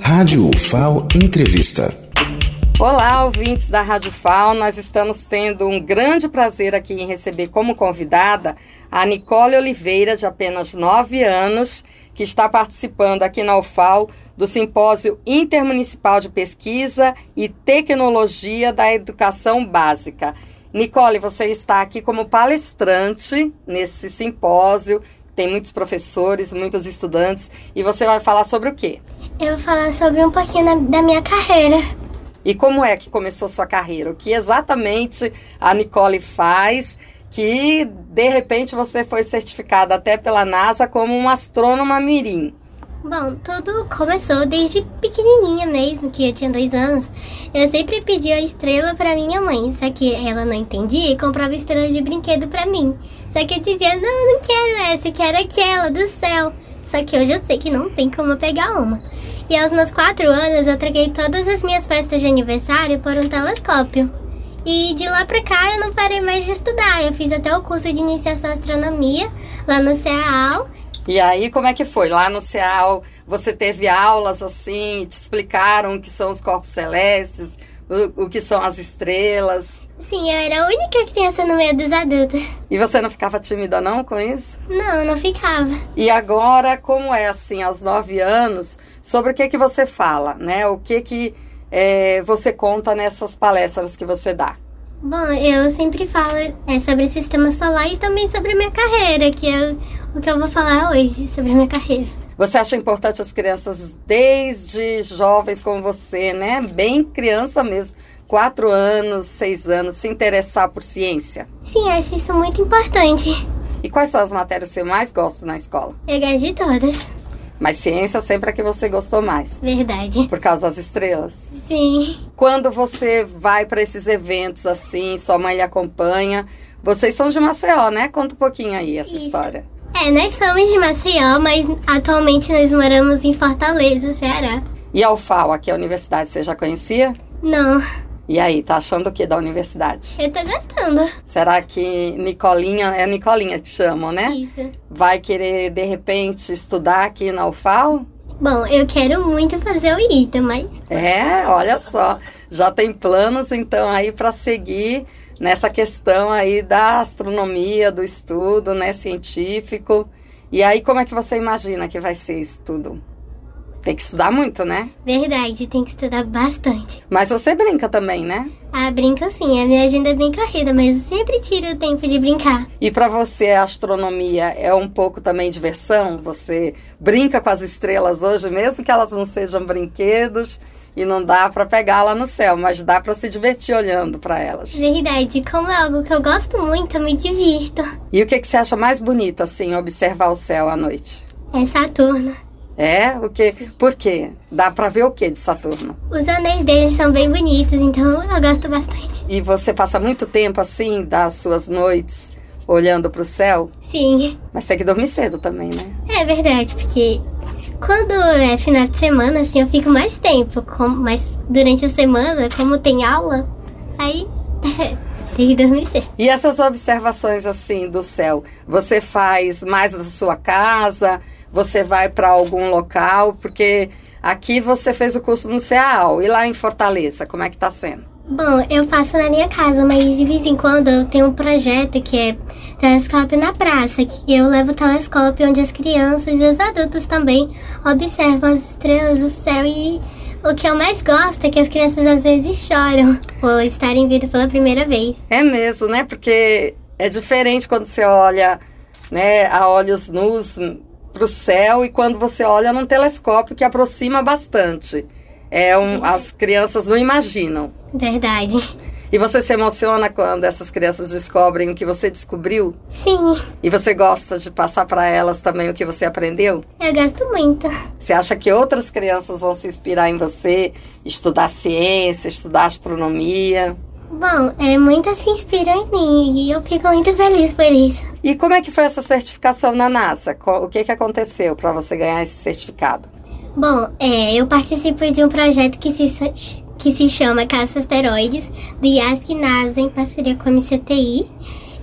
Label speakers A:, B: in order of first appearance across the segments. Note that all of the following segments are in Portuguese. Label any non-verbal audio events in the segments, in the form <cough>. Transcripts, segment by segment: A: Rádio UFAO Entrevista.
B: Olá, ouvintes da Rádio FAO. Nós estamos tendo um grande prazer aqui em receber como convidada a Nicole Oliveira, de apenas 9 anos, que está participando aqui na UFAO do Simpósio Intermunicipal de Pesquisa e Tecnologia da Educação Básica. Nicole, você está aqui como palestrante nesse simpósio, tem muitos professores, muitos estudantes, e você vai falar sobre o quê?
C: Eu vou falar sobre um pouquinho da, da minha carreira.
B: E como é que começou sua carreira? O que exatamente a Nicole faz que de repente você foi certificada até pela NASA como um astrônoma mirim?
C: Bom, tudo começou desde pequenininha mesmo, que eu tinha dois anos. Eu sempre pedia estrela para minha mãe, só que ela não entendia e comprava estrela de brinquedo para mim. Só que eu dizia, não, não quero essa, quero aquela do céu. Só que hoje eu sei que não tem como pegar uma. E aos meus quatro anos eu troquei todas as minhas festas de aniversário por um telescópio. E de lá pra cá eu não parei mais de estudar. Eu fiz até o curso de iniciação à astronomia lá no CEAL
B: e aí, como é que foi? Lá no CEAL, você teve aulas assim, te explicaram o que são os corpos celestes, o, o, que são as estrelas?
C: Sim, eu era a única criança no meio dos adultos.
B: E você não ficava tímida não com isso?
C: Não, não ficava.
B: E agora, como é assim, aos nove anos, sobre o que que você fala, né? O que que é, você conta nessas palestras que você dá?
C: Bom, eu sempre falo é, sobre o sistema solar e também sobre a minha carreira, que é o que eu vou falar hoje sobre a minha carreira.
B: Você acha importante as crianças desde jovens como você, né? Bem criança mesmo, 4 anos, 6 anos, se interessar por ciência?
C: Sim, acho isso muito importante.
B: E quais são as matérias que você mais gosta na escola?
C: Eu gosto de todas.
B: Mas ciência sempre é que você gostou mais.
C: Verdade.
B: Por causa das estrelas?
C: Sim.
B: Quando você vai para esses eventos assim, sua mãe lhe acompanha. Vocês são de Maceió, né? Conta um pouquinho aí essa
C: Isso.
B: história.
C: É, nós somos de Maceió, mas atualmente nós moramos em Fortaleza, Ceará.
B: E a UFAO, aqui é a universidade, você já conhecia?
C: Não,
B: E aí, tá achando o que da universidade?
C: eu tô gostando.
B: Será que Nicolinha, é Nicolinha que chamam, né?
C: Isso.
B: Vai querer, de repente, estudar aqui na UFAO?
C: Bom, eu quero muito fazer o ITA, mas
B: É, olha só. Já tem planos, então, aí para seguir nessa questão aí da astronomia, do estudo, né, científico. E aí, como é que você imagina que vai ser isso tudo? Tem que estudar muito, né?
C: verdade, tem que estudar bastante.
B: Mas você brinca também, né?
C: Ah, brinca sim, a minha agenda é bem corrida, mas eu sempre tiro o tempo de brincar.
B: E para você, a astronomia é um pouco também diversão? Você brinca com as estrelas hoje, mesmo que elas não sejam brinquedos e não dá para pegar lá no céu, mas dá para se divertir olhando para elas.
C: Verdade, como é algo que eu gosto muito, eu me divirto.
B: E o que, que você acha mais bonito, assim, observar o céu à noite?
C: É Saturno.
B: É? O quê? Por quê? Dá pra ver o que de Saturno?
C: Os anéis deles são bem bonitos, então eu gosto bastante.
B: E você passa muito tempo, assim, das suas noites olhando pro céu?
C: Sim,
B: Mas tem que dormir cedo também, né?
C: é verdade, porque quando é final de semana, assim, eu fico mais tempo. com- mas durante a semana, como tem aula, aí <laughs> tem que dormir cedo.
B: E essas observações, assim, do céu, você faz mais da sua casa? Você vai pra algum local? Porque aqui você fez o curso no CEAL e lá em Fortaleza, como é que tá sendo?
C: Bom, eu faço na minha casa, mas de vez em quando eu tenho um projeto que é telescópio na praça, que eu levo o telescópio onde as crianças e os adultos também observam as estrelas, o céu e o que eu mais gosto é que as crianças às vezes choram por estarem vindo pela primeira vez.
B: É mesmo, né? Porque é diferente quando você olha, né, a olhos nus para o céu e quando você olha num telescópio que aproxima bastante. É um, as crianças não imaginam.
C: Verdade.
B: E você se emociona quando essas crianças descobrem o que você descobriu
C: Sim,
B: e você gosta de passar para elas também o que você aprendeu.
C: eu gosto muito.
B: Você acha que outras crianças vão se inspirar em você, estudar ciência, estudar astronomia?
C: Bom, é, muitas se inspiram em mim e eu fico muito feliz por isso.
B: E como é que foi essa certificação na NASA? Co- O que, que aconteceu para você ganhar esse certificado?
C: Bom, é, eu participo de um projeto que se, sa- que se chama Caça Asteroides, do IASC e NASA, em parceria com a MCTI.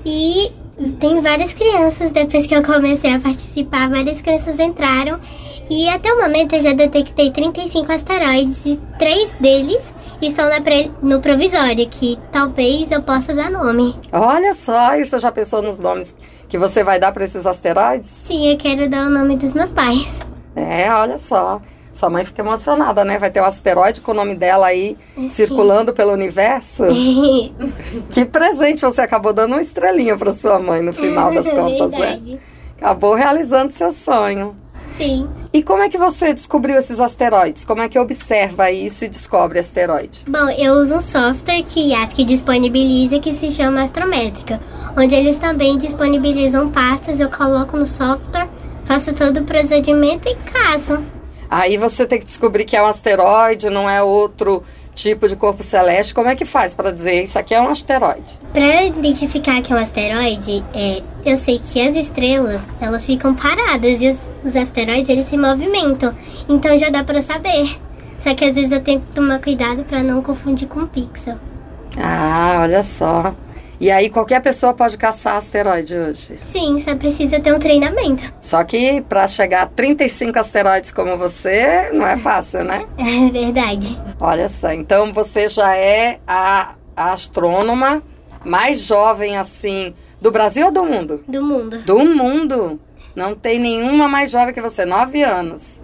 C: E tem várias crianças, depois que eu comecei a participar, várias crianças entraram E até o momento eu já detectei 35 asteroides e três deles estão na pre- no provisório, que talvez eu possa dar nome.
B: Olha só, e você já pensou nos nomes que você vai dar para esses asteroides?
C: Sim, eu quero dar o nome dos meus pais.
B: É, olha só. Sua mãe fica emocionada, né? Vai ter um asteroide com o nome dela aí circulando pelo universo.
C: É.
B: Que presente você acabou dando uma estrelinha para sua mãe no
C: <laughs>
B: final das contas, né?
C: É Verdade.
B: Acabou realizando seu sonho.
C: Sim.
B: E como é que você descobriu esses asteroides? Como é que observa isso e descobre asteroide?
C: Bom, eu uso um software que a IASC disponibiliza que se chama Astrométrica, onde eles também disponibilizam pastas, eu coloco no software, faço todo o procedimento e caço.
B: Aí você tem que descobrir que é um asteroide, não é outro tipo de corpo celeste. Como é que faz para dizer isso aqui é um asteroide?
C: Para identificar que é um asteroide, é, eu sei que as estrelas elas ficam paradas e os, os asteroides eles se movimentam, então já dá para saber. Só que às vezes eu tenho que tomar cuidado para não confundir com pixel.
B: Ah, olha só. E aí qualquer pessoa pode caçar asteroide hoje.
C: Sim, só precisa ter um treinamento. <laughs>
B: Só que para chegar a 35 asteroides como você, não é fácil, né?
C: É verdade.
B: Olha só, então você já é a, a astrônoma mais jovem assim do Brasil ou do mundo?
C: Do mundo. <laughs>
B: Do mundo. Não tem nenhuma mais jovem que você, nove anos.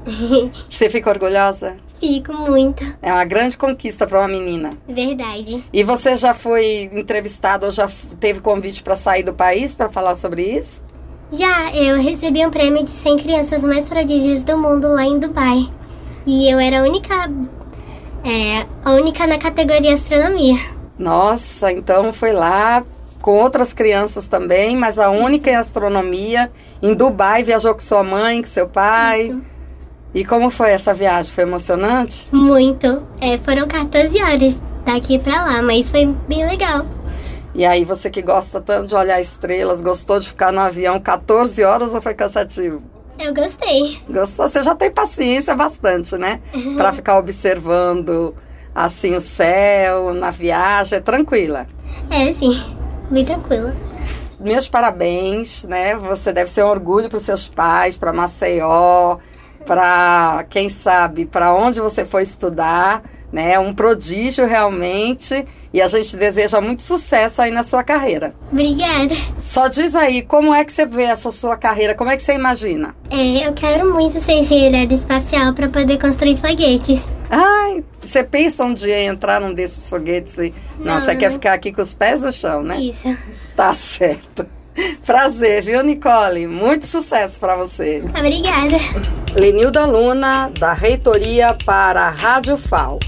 B: Você fica orgulhosa?
C: Fico muito.
B: É uma grande conquista para uma menina.
C: Verdade.
B: E você já foi entrevistada ou já f- teve convite para sair do país para falar sobre isso?
C: Já eu recebi um prêmio de 100 crianças mais prodígios do mundo lá em Dubai. E eu era a única. É, a única na categoria astronomia.
B: Nossa, então foi lá com outras crianças também, mas a única em astronomia. Em Dubai viajou com sua mãe, com seu pai. E como foi essa viagem? Foi emocionante?
C: Muito. É, foram 14 horas daqui pra lá, mas foi bem legal.
B: E aí, você que gosta tanto de olhar estrelas, gostou de ficar no avião 14 horas ou foi cansativo?
C: Eu gostei.
B: Gostou? Você já tem paciência bastante, né? Pra ficar observando assim o céu, na viagem, é tranquila.
C: É, sim. Bem tranquila.
B: Meus parabéns, né? Você deve ser um orgulho para seus pais, para Maceió, para quem sabe, para onde você foi estudar, né? Um prodígio realmente, e a gente deseja muito sucesso aí na sua carreira.
C: Obrigada.
B: Só diz aí, como é que você vê essa sua carreira? Como é que você imagina?
C: É, eu quero muito ser engenheiro espacial pra poder construir foguetes.
B: Ai, você pensa um dia em entrar num desses foguetes e não,
C: Não,
B: você quer
C: não.
B: ficar aqui com os pés no chão, né?
C: Isso.
B: Tá certo. Prazer, viu, Nicole? Muito sucesso para você.
C: Obrigada.
B: Lenilda Luna, da Reitoria para a Rádio FAO.